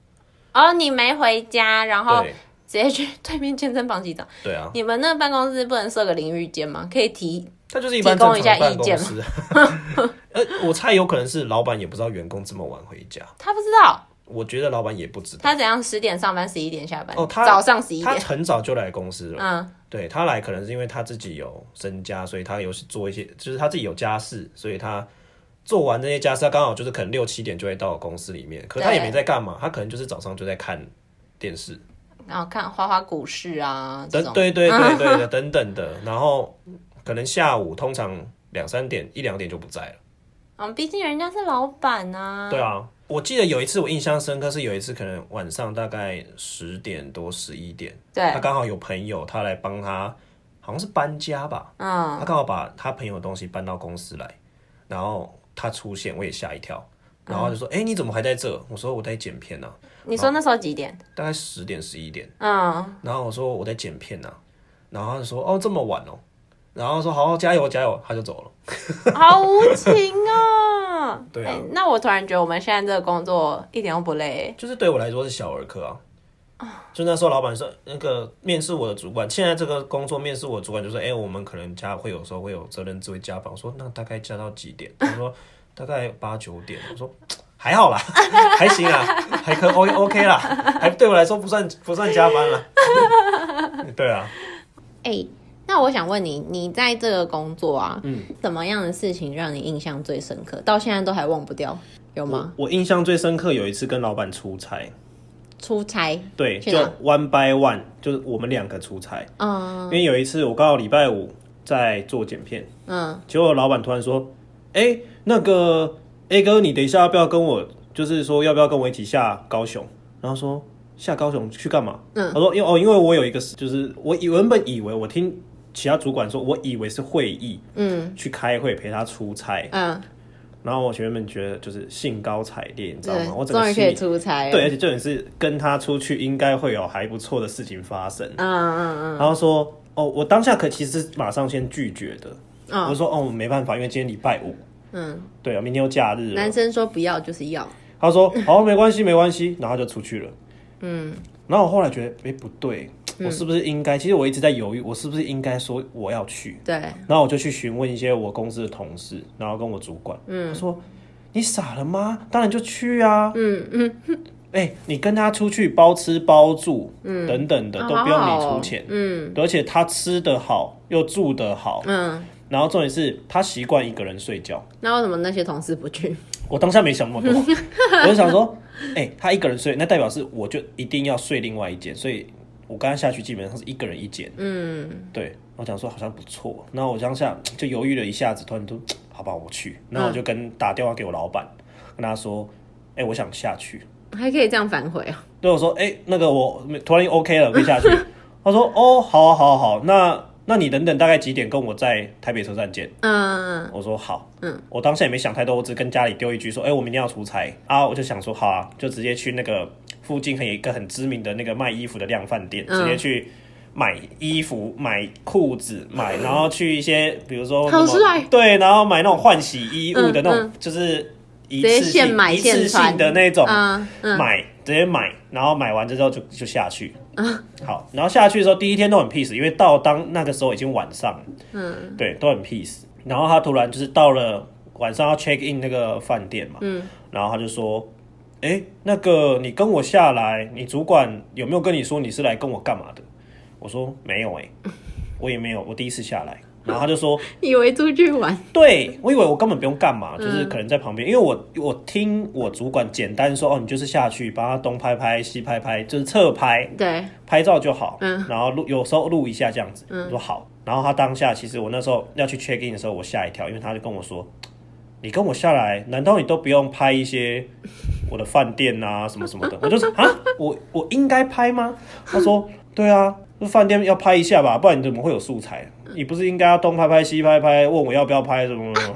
S1: 哦，你没回家，然后
S2: 对
S1: 直接去对面健身房洗澡。
S2: 对啊，
S1: 你们那个办公室不能设个淋浴间吗？可以提
S2: 他就是一般
S1: 提供
S2: 正
S1: 一
S2: 常
S1: 下
S2: 的办
S1: 意见
S2: 公室。 呃，我猜有可能是老板也不知道员工这么晚回家，
S1: 他不知道
S2: 我觉得老板也不知道。
S1: 他怎样十点上班，十一点下班。
S2: 哦他
S1: 早上十一
S2: 他
S1: 点。
S2: 很早就来公司了，
S1: 嗯，
S2: 对他来可能是因为他自己有身家，所以他有做一些，就是他自己有家事，所以他做完这些家事，他刚好就是可能六七点就会到公司里面，可是他
S1: 对
S2: 也没在干嘛，他可能就是早上就在看电视，
S1: 然后看花花股市啊这
S2: 等
S1: 种。
S2: 对 对对对的等等的，然后可能下午通常两三点一两点就不在了，
S1: 嗯，毕竟人家是老板啊。
S2: 对啊。我记得有一次我印象深刻，是有一次可能晚上大概十点多十一点，他
S1: 对，
S2: 刚好有朋友他来帮他，好像是搬家吧，
S1: 嗯，
S2: 他刚好把他朋友的东西搬到公司来，然后他出现，我也吓一跳，
S1: 嗯
S2: 然后他就说：“哎、你怎么还在这？”我说：“我在剪片呢、
S1: 你说那时候几点？
S2: 大概十点十一点。
S1: 嗯，”
S2: 然后我说：“哦我在剪片呢、然后他就说：“哦，这么晚哦。”然后说：“好，加油，加油。”他就走了。
S1: 好无情啊！
S2: 对啊
S1: 哎那我突然觉得我们现在这个工作一点都不累。
S2: 就是对我来说是小儿科啊，就那时候老板说，那个面试我的主管，现在这个工作面试我的主管就说，哎、我们可能加会有时候会有责任制会加班，我说那大概加到几点？他说大概八九点，我说。还好啦，还行啦，还可 O OK 啦，还对我来说不算不算加班啦。 对啊，
S1: 哎、那我想问你，你在这个工作啊，嗯，怎么样的事情让你印象最深刻，到现在都还忘不掉，有吗？
S2: 我印象最深刻有一次跟老板出差，
S1: 出差，
S2: 对，
S1: 去
S2: 就
S1: 哪
S2: one by one，就是我们两个出差。
S1: 嗯
S2: 因为有一次我刚好礼拜五在做剪片，
S1: 嗯，
S2: 结果老板突然说：“哎、那个 A 哥，你等一下要不要跟我，就是说要不要跟我一起下高雄？”然后说下高雄去干嘛？
S1: 嗯
S2: 他说：“因为哦，因为我有一个事，就是我以原本以为我听其他主管说，我以为是会议，
S1: 嗯，
S2: 去开会陪他出差。
S1: 嗯，
S2: 然后我原本觉得就是兴高采烈，你知道
S1: 对
S2: 吗？我，整
S1: 终
S2: 个
S1: 于
S2: 心
S1: 可以
S2: 里
S1: 出差了，
S2: 对，而且重点是跟他出去应该会有还不错的事情发生。
S1: 嗯，嗯
S2: 然后说哦，我当下可其实马上先拒绝的，
S1: 嗯嗯
S2: 我说哦没办法，因为今天礼拜五，
S1: 嗯，
S2: 对啊，明天又假日了
S1: 男。生说不要就是要，
S2: 他说好、没关系没关系，然后他就出去了。
S1: 嗯
S2: 然后我后来觉得哎、不对，我是不是应该？其实我一直在犹豫，我是不是应该说我要去？
S1: 对，
S2: 然后我就去询问一些我公司的同事，然后跟我主管，嗯，他说你傻了吗？当然就去啊，
S1: 嗯嗯，
S2: 哎、你跟他出去包吃包住，嗯，等等的、
S1: 啊
S2: 都不用你出钱，，
S1: 好好哦嗯
S2: 而且他吃得好又住得好，
S1: 嗯，
S2: 然后重点是他习惯一个人睡觉。
S1: 那为什么那些同事不去？
S2: 我当下没想那么多， 我就想说，哎、他一个人睡，那代表是我就一定要睡另外一间，所以我刚刚下去基本上是一个人一间。
S1: 嗯，
S2: 对，我想说好像不错，然后我当下就犹豫了一下子，突然就好吧，我去。然后我就跟打电话给我老板，跟他说，哎、我想下去。
S1: 还可以这样反悔啊？
S2: 对我说，哎、那个我突然 OK 了，可以下去。他说，哦，好啊好啊好，那那你等等大概几点跟我在台北车站见？
S1: 嗯，
S2: 我说好，
S1: 嗯，
S2: 我当时也没想太多，我只跟家里丢一句说，哎、我明天要出差啊，我就想说好啊，就直接去那个附近很有一个很知名的那个卖衣服的量贩店，
S1: 嗯
S2: 直接去买衣服、买裤子、买，然后去一些比如说
S1: 好
S2: 什么
S1: 帅
S2: 对，然后买那种换洗衣物的那种，
S1: 嗯嗯
S2: 就是一
S1: 直接
S2: 次
S1: 现
S2: 性
S1: 买
S2: 一次
S1: 现
S2: 性
S1: 穿
S2: 的那种，
S1: 嗯嗯
S2: 买直接买，然后买完之后就就下去。
S1: 啊
S2: 好，然后下去的时候第一天都很 peace，因为到当那个时候已经晚上了，
S1: 嗯
S2: 对，都很 peace。然后他突然就是到了晚上要 check in 那个饭店嘛，
S1: 嗯
S2: 然后他就说：“哎、那个你跟我下来，你主管有没有跟你说你是来跟我干嘛的？”我说：“没有哎、我也没有，我第一次下来。”然后他就说
S1: 以为出去玩，：“
S2: 对我以为我根本不用干嘛，就是可能在旁边，因为我我听我主管简单说哦，你就是下去帮他东拍拍西拍拍，就是侧拍，
S1: 对，
S2: 拍照就好，
S1: 嗯
S2: 然后录有时候录一下这样子，我说好。然后他当下其实我那时候要去 check in 的时候，我吓一跳，因为他就跟我说：“你跟我下来，难道你都不用拍一些我的饭店啊什么什么的？” 我就是啊，我我应该拍吗？他说：“对啊，那饭店要拍一下吧，不然你怎么会有素材？你不是应该要东拍拍西拍拍，问我要不要拍什么什么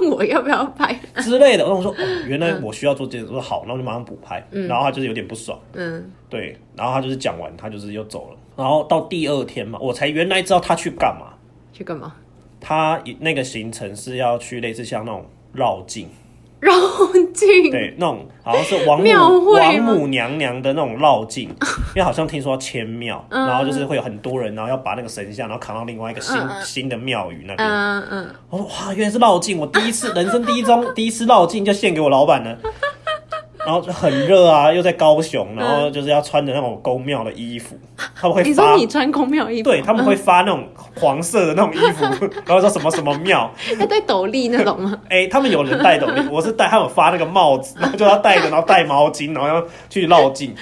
S1: 问我要不要拍，
S2: 之类的？”然后我说：“哦，原来我需要做这件事。”我说：“好，那我就马上补拍。”然后他就是有点不爽。
S1: 嗯
S2: 对，然后他就是讲完，他就是又走了。然后到第二天嘛，我才原来知道他去干嘛。
S1: 去干嘛？
S2: 他那个行程是要去类似像那种绕境，
S1: 绕境，
S2: 对，那种好像是 王
S1: 庙
S2: 母
S1: 会吗
S2: 王母娘娘的那种绕境，因为好像听说要迁庙，
S1: 嗯
S2: 然后就是会有很多人，然后要把那个神像，然后扛到另外一个新新的庙宇那边。
S1: 嗯嗯，
S2: 我说哇，原来是绕境，我第一次 人生第一中第一次绕境就献给我老板了。然后就很热啊，又在高雄，然后就是要穿着那种宫庙的衣服，他们会
S1: 嗯你
S2: 发
S1: 说你穿宫庙衣服，
S2: 对他们会发那种黄色的那种衣服， 然后说什么什么庙，
S1: 他在哎斗笠那种 吗？
S2: 哎、他们有人戴斗 笠，我是戴，他们发那个帽子，然后就要戴着，然后戴毛巾，然后要去绕境，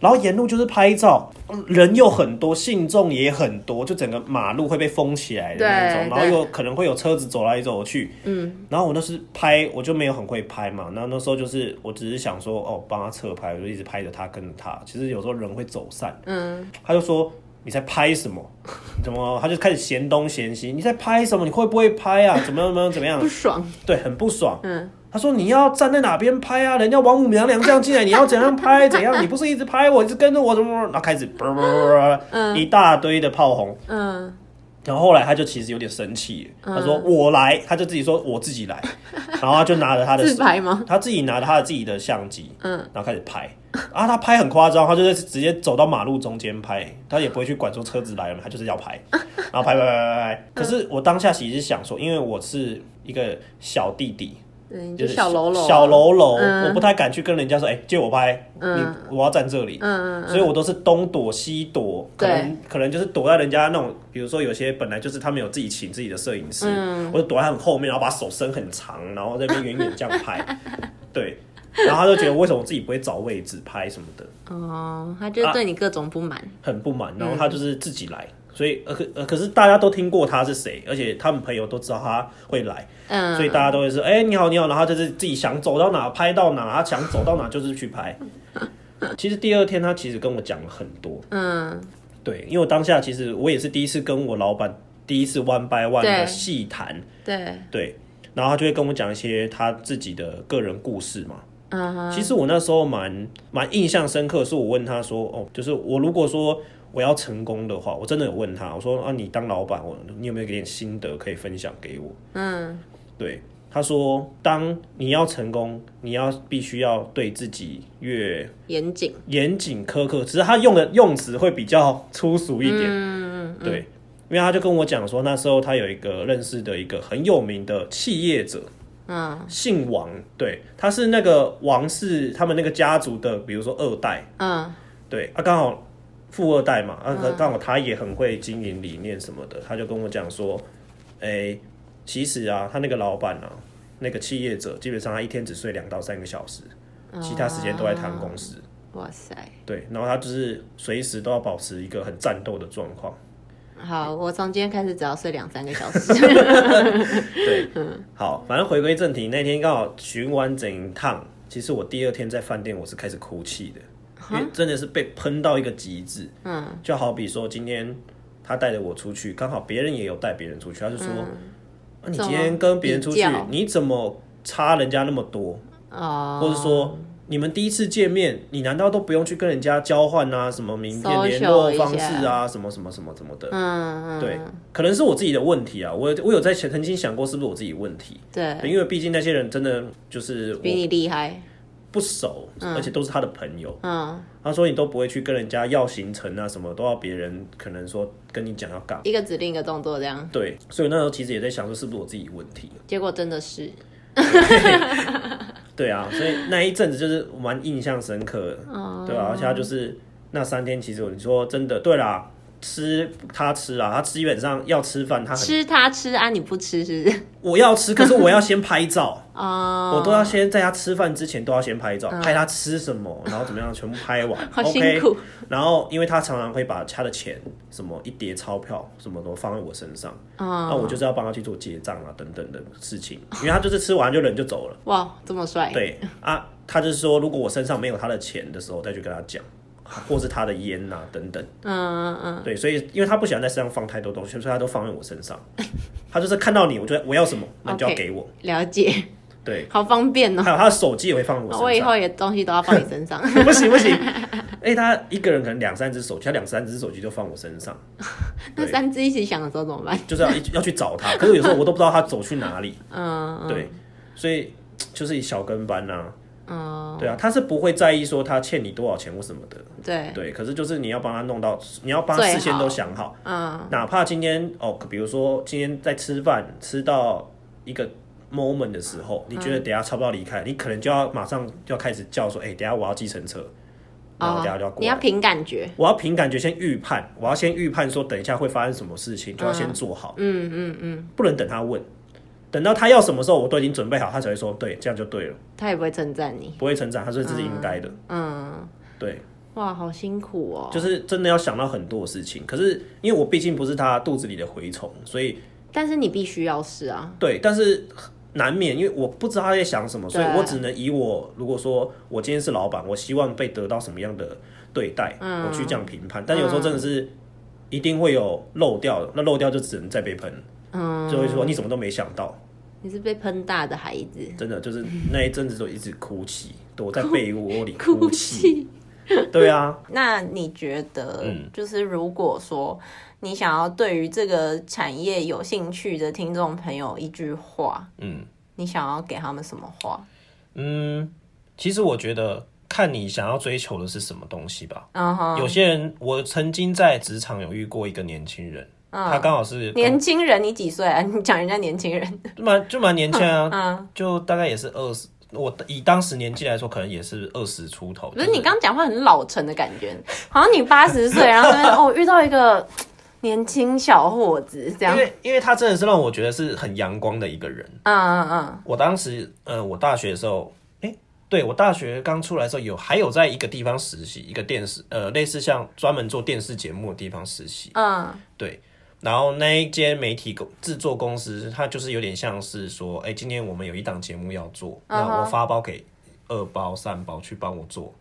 S2: 然后沿路就是拍照，人又很多，信众也很多，就整个马路会被封起来的那种，
S1: 对
S2: 然后
S1: 对
S2: 又可能会有车子走来走去，
S1: 嗯，
S2: 然后我那是拍，我就没有很会拍嘛，然后那时候就是我只是想说，哦，帮他侧拍，我就一直拍着他，跟着他，其实有时候人会走散。
S1: 嗯，
S2: 他就说你在拍什么？ 怎么？他就开始嫌东嫌西，你在拍什么？你会不会拍啊？怎么样？怎么样？怎么 样
S1: 不？爽，
S2: 对，很不爽。
S1: 嗯，
S2: 他说你要站在哪边拍啊？人家王母娘娘这样进来，你要怎样拍？怎样？你不是一直拍我，一直跟着我，怎么？然后开始啵啵啵啵一大堆的炮轰。
S1: 嗯，
S2: 然后后来他就其实有点生气，他说我来，他就自己说我自己来，然后他就拿着他的
S1: 自拍吗？
S2: 他自己拿着他的自己的相机，
S1: 嗯，
S2: 然后开始拍，啊，他拍很夸张，他就是直接走到马路中间拍，他也不会去管说车子来了没，他就是 要拍，然后拍拍拍拍拍。可是我当下其实是想说，因为我是一个小弟弟，
S1: 对，
S2: 就
S1: 就是小喽啰，
S2: 小喽啰，
S1: 嗯
S2: 我不太敢去跟人家说，哎、借我拍，
S1: 嗯
S2: 你我要站这里。
S1: 嗯嗯，
S2: 所以我都是东躲西躲，可
S1: 对
S2: 能可能就是躲在人家那种，比如说有些本来就是他们有自己请自己的摄影师，
S1: 嗯
S2: 我就躲在他们后面，然后把手伸很长，然后在那边远远这样 拍，对，然后他就觉得为什么我自己不会找位置拍什么的，
S1: 哦，他就是对你各种不满，
S2: 很不
S1: 嗯
S2: 满，然后他就是自己来。所以，呃，可呃，可是大家都听过他是谁，而且他们朋友都知道他会来，
S1: 嗯，
S2: 所以大家都会说，哎、你好，你好，然后他就是自己想走到哪拍到哪，他想走到哪就是去 拍。其实第二天他其实跟我讲了很多，
S1: 嗯
S2: 对，因为我当下其实我也是第一次跟我老板第一次 one by one
S1: 对
S2: 的细谈，
S1: 对，
S2: 对，然后他就会跟我讲一些他自己的个人故事嘛。
S1: 嗯哼，
S2: 其实我那时候蛮蛮印象深刻，是我问他说，哦，就是我如果说我要成功的话，我真的有问他，我说啊，你当老板，我你有没有一点心得可以分享给我？
S1: 嗯
S2: 对，他说，当你要成功，你要必须要对自己越
S1: 严谨，
S2: 严谨苛刻，只是他用的用词会比较粗俗一点。
S1: 嗯
S2: 对，因为他就跟我讲说，那时候他有一个认识的一个很有名的企业者，
S1: 嗯
S2: 姓王，对，他是那个王氏他们那个家族的，比如说二代，
S1: 嗯
S2: 对，啊，刚好富二代嘛，啊，可刚好他也很会经营理念什么的，他就跟我讲说，哎、其实啊，他那个老板啊，那个企业者，基本上他一天只睡两到三个小时，
S1: 嗯，
S2: 其他时间都在谈公司。
S1: 哇塞，
S2: 对，然后他就是随时都要保持一个很战斗的状况。
S1: 好，我从今天开始只要睡两三个小时，
S2: 对，
S1: 嗯
S2: 好，反正回归正题，那天刚好巡完整一趟，其实我第二天在饭店我是开始哭泣的，因为真的是被喷到一个极致。
S1: 嗯
S2: 就好比说今天他带着我出去，刚好别人也有带别人出去，他就说：“啊、你今天跟别人出
S1: 嗯
S2: 去
S1: 怎么比较，
S2: 你怎么差人家那么多？
S1: 哦，
S2: 或者说你们第一次见面，你难道都不用去跟人家交换啊，什么名片
S1: Social
S2: 联络方
S1: 一下
S2: 式啊，什么什么什么什么的？”
S1: 嗯嗯
S2: 对，可能是我自己的问题啊，我有我有在曾经想过是不是我自己问题，
S1: 对，
S2: 因为毕竟那些人真的就是
S1: 比
S2: 我
S1: 你嗯厉害，
S2: 不熟，而且都是他的朋友。
S1: 嗯，
S2: 他说你都不会去跟人家要行程啊，什么都要别人可能说跟你讲要干嘛。
S1: 一个指令一个动作这样，
S2: 对，所以我那时候其实也在想说是不是我自己问题。
S1: 结果真的是，
S2: 对啊，所以那一阵子就是蛮印象深刻的，
S1: 嗯
S2: 对啊，而且他就是那三天，其实我说真的，对啦，吃他吃啊，他基本上要吃饭，他很
S1: 吃他吃啊，你不吃是不是？
S2: 我要吃，可是我要先拍照。
S1: 哦，嗯
S2: 我都要先在他吃饭之前都要先拍照，拍他吃什么，然后怎么样，全部拍完。
S1: 好辛苦
S2: OK，然后因为他常常会把他的钱，什么一叠钞票什么都放在我身上，
S1: 嗯
S2: 那我就是要帮他去做结账啊等等的事情，因为他就是吃完就人就走 了。
S1: 哇，这么帅，
S2: 对啊，他就是说如果我身上没有他的钱的时候，再去跟他讲。或是他的烟呐、等等，
S1: 嗯嗯嗯，
S2: 对，所以因为他不喜欢在身上放太多东西，所以他都放在我身 上。他就是看到你，我觉得我要什么，那你就要
S1: OK
S2: 给我。
S1: 了解，
S2: 对，
S1: 好方便哦。
S2: 还有他的手机也会放在我身上。
S1: 我以后也东西都要放你身上，
S2: 不行不行，哎、他一个人可能两三只手机，他两三只手机就放我身上，
S1: 那
S2: 对
S1: 三只一起响的时候怎么办？
S2: 就是要一要去找 他。可是有时候我都不知道他走去哪里，
S1: 嗯，
S2: 对，所以就是小跟班呐、
S1: 嗯，
S2: 对啊，他是不会在意说他欠你多少钱或什么的，
S1: 对，
S2: 对。可是就是你要帮他弄到，你要帮他事先都想好，
S1: 嗯
S2: 哪怕今天哦，比如说今天在吃饭吃到一个。moment 的时候，
S1: 嗯
S2: 你觉得等一下差不多离开，你可能就要马上就要开始叫说，哎、等一下我要计程车，然后等一下就要
S1: 哦，
S2: 过
S1: 你
S2: 来。
S1: 要凭感觉，
S2: 我要凭感觉先预判，我要先预判说等一下会发生什么事情，就要先做好，
S1: 嗯嗯嗯，
S2: 不能等他问。等到他要什么时候，我都已经准备好，他才会说对，这样就对了，
S1: 他也不会称赞你，
S2: 不会成长，他说这是应该的。
S1: 嗯，
S2: 对，
S1: 哇，好辛苦哦，
S2: 就是真的要想到很多事情。可是因为我毕竟不是他肚子里的蛔虫，所以
S1: 但是你必须要是啊，
S2: 对，但是难免因为我不知道他在想什么，所以
S1: 对
S2: 我只能以我如果说我今天是老板，我希望被得到什么样的对待，
S1: 嗯
S2: 我去这样评判。但有时候真的是一定会有漏掉的，那漏掉就只能再被喷。
S1: 嗯，
S2: 就会说你怎么都没想到，
S1: 你是被喷大的孩子，
S2: 真的就是那一阵子都一直哭泣，躲在被窝里
S1: 哭
S2: 泣。
S1: 泣。
S2: 对啊，
S1: 那你觉得
S2: 嗯，
S1: 就是如果说你想要对于这个产业有兴趣的听众朋友一句话，
S2: 嗯
S1: 你想要给他们什么话？
S2: 嗯，其实我觉得看你想要追求的是什么东西吧。
S1: 嗯哼，
S2: 有些人，我曾经在职场有遇过一个年轻人，
S1: 嗯
S2: 他刚好是
S1: 年轻人，你几岁啊？你讲人家年轻人，
S2: 蛮就蛮年轻啊，
S1: 嗯，
S2: 就大概也是二十，我以当时年纪来说，可能也是二十出头。
S1: 不是
S2: 就
S1: 你刚讲话很老成的感 觉，好像你八十岁，然后 这边哦遇到一个年轻小伙子这样
S2: 因，为因为他真的是让我觉得是很阳光的一个人。
S1: 嗯嗯嗯，
S2: 我当时，呃，我大学的时候，诶，对我大学刚出来的时候有，还有在一个地方实习，一个电视，呃，类似像专门做电视节目的地方实习。
S1: 嗯，
S2: 对，然后那一间媒体公制作公司，它就是有点像是说，哎、今天我们有一档节目要做，
S1: 嗯
S2: 那我发包给二包三包去帮我做。
S1: 哦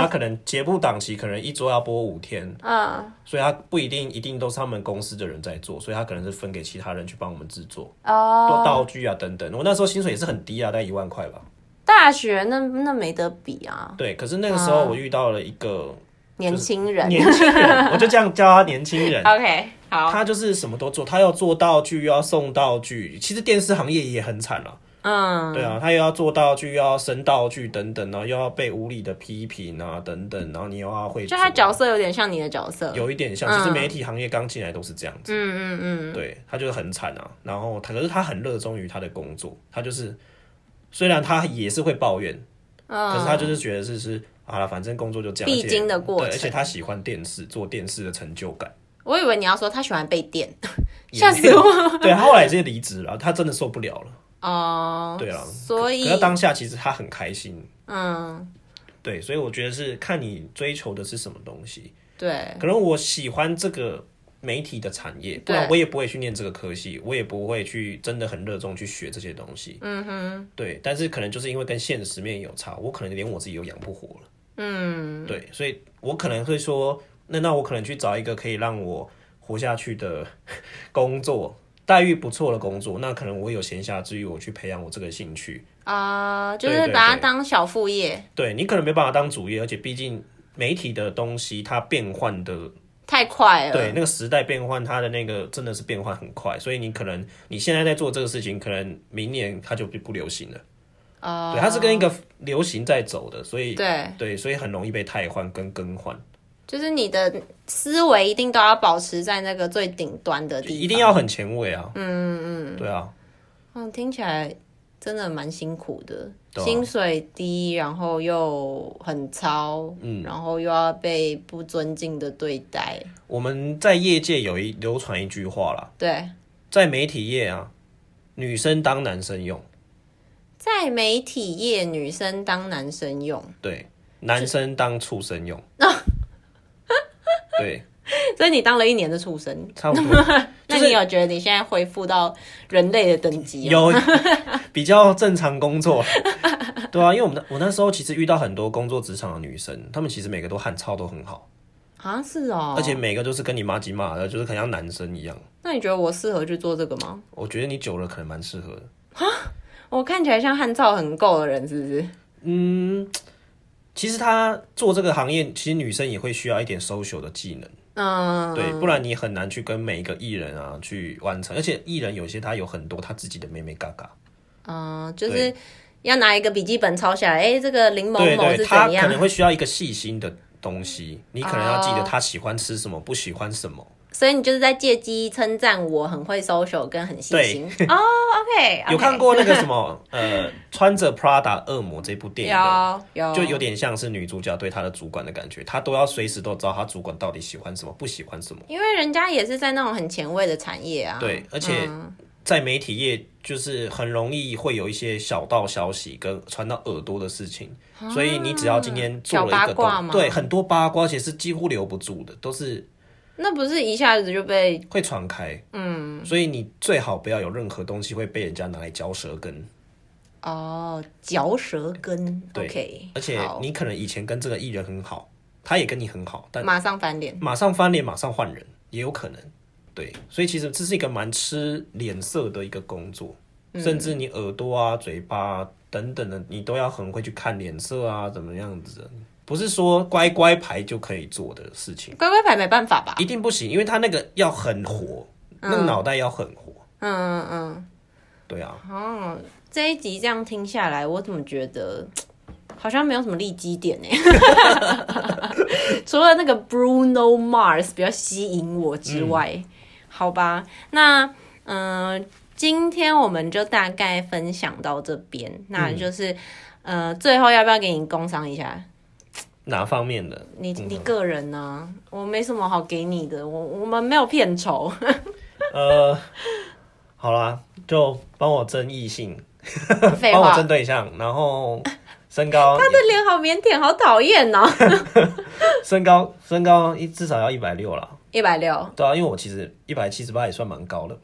S2: 那可能节目档期可能一周要播五天，
S1: 嗯，
S2: 所以它不一定一定都是他们公司的人在做，所以它可能是分给其他人去帮我们制作，
S1: 哦，
S2: 做道具啊等等。我那时候薪水也是很低啊，大概一万块吧。
S1: 大学那那没得比啊，
S2: 对，可是那个时候我遇到了一个
S1: 年轻人。
S2: 年轻 人，我就这样叫他年轻人。
S1: OK，好，
S2: 他就是什么都做，他要做道具，又要送道具。其实电视行业也很惨了、
S1: 嗯，
S2: 对啊，他又要做道具，又要生道具等等，然后又要被无理的批评啊等等，然后你又要会
S1: 就
S2: 做，
S1: 他角色有点像你的角色，
S2: 有一点像，其实媒体行业刚进来都是这样子。
S1: 嗯嗯嗯，
S2: 对他就是很惨啊，然后他可是他很热衷于他的工作，他就是虽然他也是会抱怨，可是他就是觉得是是啊，反正工作就这样，
S1: 嗯必
S2: 而且
S1: 经的过
S2: 对而
S1: 程
S2: 且他喜欢电视，做电视的成就感。
S1: 我以为你要说他喜欢被电，
S2: 也
S1: 吓死我！
S2: 对，他后来直接离职了，他真的受不了了。
S1: 哦，
S2: 对啊，
S1: 所以
S2: 可是当下其实他很开心，
S1: 嗯，
S2: 对，所以我觉得是看你追求的是什么东西。
S1: 对，
S2: 可能我喜欢这个媒体的产业，不然
S1: 对
S2: 我也不会去念这个科系，我也不会去真的很热衷去学这些东西。嗯哼，对，但是可能就是因为跟现实面有差，我可能连我自己都养不活了。嗯，对，所以我可能会说，那那我可能去找一个可以让我活下去的工作。待遇不错的工作，那可能我有闲暇之余，我去培养我这个兴趣，
S1: 啊、就
S2: 对
S1: 是
S2: 对
S1: 把它
S2: 对
S1: 当小副业，
S2: 对你可能没办法当主业，而且毕竟媒体的东西它变换的，
S1: 太快了，
S2: 对那个时代变换，它的那个真的是变换很快，所以你可能你现在在做这个事情，可能明年它就不不流行了。
S1: 哦，
S2: 对，它是跟一个流行在走的，所以
S1: 对，
S2: 对，所以很容易被汰换跟更换，
S1: 就是你的思维一定都要保持在那个最顶端的地方，
S2: 一定要很前卫啊。嗯嗯，对啊，
S1: 嗯，听起来真的蛮辛苦的，
S2: 对啊
S1: 薪水低，然后又很糙，嗯，然后又要被不尊敬的对待，
S2: 我们在业界有一流传一句话啦，
S1: 对，
S2: 在媒体业啊，女生当男生用，
S1: 在媒体业，女生当男生用，
S2: 对，男生当畜生用。对。
S1: 所以你当了一年的畜生。
S2: 差不多
S1: 那你有觉得你现在恢复到人类的等级啊吗？
S2: 有比较正常工作， 对啊，因为我们那我那时候其实遇到很多工作职场的女生，她们其实每个都汉操都很好，
S1: 啊，是哦。
S2: 而且每个都是跟你妈鸡骂的，就是很像男生一样。
S1: 那你觉得我适合去做这个吗？
S2: 我觉得你久了可能蛮适合的，
S1: 我看起来像汗燥很够的人，是不是？
S2: 嗯。其实她做这个行业，其实女生也会需要一点 social 的技能，
S1: 嗯，
S2: 对，不然你很难去跟每一个艺人啊去完成。而且艺人有些他有很多他自己的妹妹嘎嘎，
S1: 嗯，就是要拿一个笔记本抄下来。哎、这个林某
S2: 对
S1: 某
S2: 对，
S1: 是
S2: 他
S1: 怎
S2: 可
S1: 样？哦
S2: 能会需要一个细心的东西，你可能要记得他喜欢吃什么，不喜欢什么。
S1: 所以你就是在借机称赞我很会 social 跟很细心。哦、o k
S2: 有看过那个 什么呃，穿着 Prada 恶魔这部电影的，
S1: 有有
S2: 就有点像是女主角对她的主管的感觉，她都要随时都知道她主管到底喜欢什么，不喜欢什么。
S1: 因为人家也是在那种很前卫的产业啊。
S2: 对而且
S1: 嗯
S2: 在媒体业，就是很容易会有一些小道消息跟传到耳朵的事情，所以你只要今天做了一
S1: 啊小八
S2: 个
S1: 卦
S2: 东
S1: 吗
S2: 对很多八卦，而且是几乎留不住的，都是
S1: 那不是一下子就被
S2: 会传开，嗯，所以你最好不要有任何东西会被人家拿来嚼舌根，
S1: 哦嚼舌根
S2: 对
S1: ，OK，
S2: 而且
S1: 好
S2: 你可能以前跟这个艺人很好，他也跟你很好，但
S1: 马上翻脸。
S2: 马上翻脸，马上换人也有可能，对，所以其实这是一个蛮吃脸色的一个工作，
S1: 嗯
S2: 甚至你耳朵啊、嘴巴、啊、等等的，你都要很会去看脸色啊，怎么样子的，不是说乖乖牌就可以做的事情，
S1: 乖乖牌没办法吧？
S2: 一定不行，因为他那个要很活，那个脑袋要很活，
S1: 嗯嗯
S2: 对啊。
S1: 嗯，哦，这一集这样听下来，我怎么觉得好像没有什么利基点哎， 除了那个 Bruno Mars 比较吸引我之外，好吧，那嗯、呃今天我们就大概分享到这边，那就是、呃，最后要不要给你工商一下？
S2: 哪方面的？嗯
S1: 你你个人呢、我没什么好给你的，我我们没有片酬，
S2: 呃，好啦，就帮我争异性，
S1: 废
S2: 哦帮我
S1: 话。
S2: 争对象，然后 身高
S1: 他的脸好腼腆，好讨厌哦。
S2: 身高身高一至少要一百六啦。
S1: 一百六，
S2: 对啊，因为我其实一百七十八也算蛮高的嘛，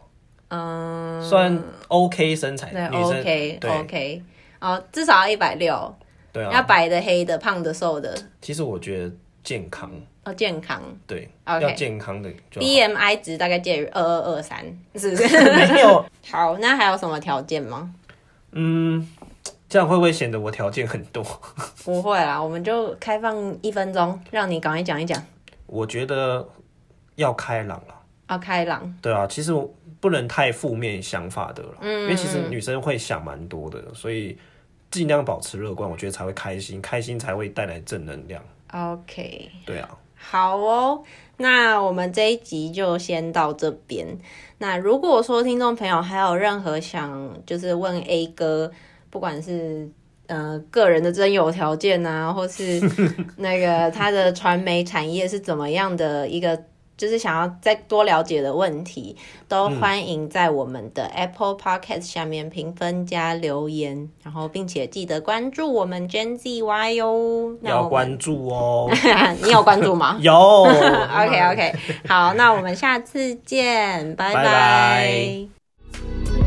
S1: 嗯，
S2: 算 OK 身材，
S1: 对
S2: 女生
S1: ，OK
S2: 哎对
S1: OK，哦，至少要一百六，
S2: 对
S1: 要
S2: 啊。
S1: 白的、黑的、胖的、瘦的，
S2: 其实我觉得健康，
S1: 哦，健康
S2: 对
S1: OK
S2: 要健康的就好。
S1: BMI 值大概介于二二二三，是不 是？
S2: 没有，
S1: 好，那还有什么条件 吗？
S2: 嗯，这样会不会显得我条件很多？
S1: 不会啦，我们就开放一分钟，让你赶快讲一讲。
S2: 我觉得要开朗啦，
S1: 啊，开朗，
S2: 对啊，其实我不能太负面想法的啦，
S1: 嗯
S2: 因为其实女生会想蛮多的，所以尽量保持乐观，我觉得才会开心，开心才会带来正能量，
S1: ，OK。
S2: 对啊，
S1: 好哦，那我们这一集就先到这边。那如果说听众朋友还有任何想就是问 A 哥，不管是呃个人的真有条件 啊，或是那个他的传媒产业是怎么样的一个。就是想要再多了解的问题，都欢迎在我们的 Apple Podcast 下面评分加留言，然后并且记得关注我们 Gen ZY 哟。那
S2: 要
S1: 我们
S2: 关注 哦，
S1: 你有关注吗？
S2: 有
S1: OK OK，好，那我们下次见，拜
S2: 拜
S1: 拜
S2: 拜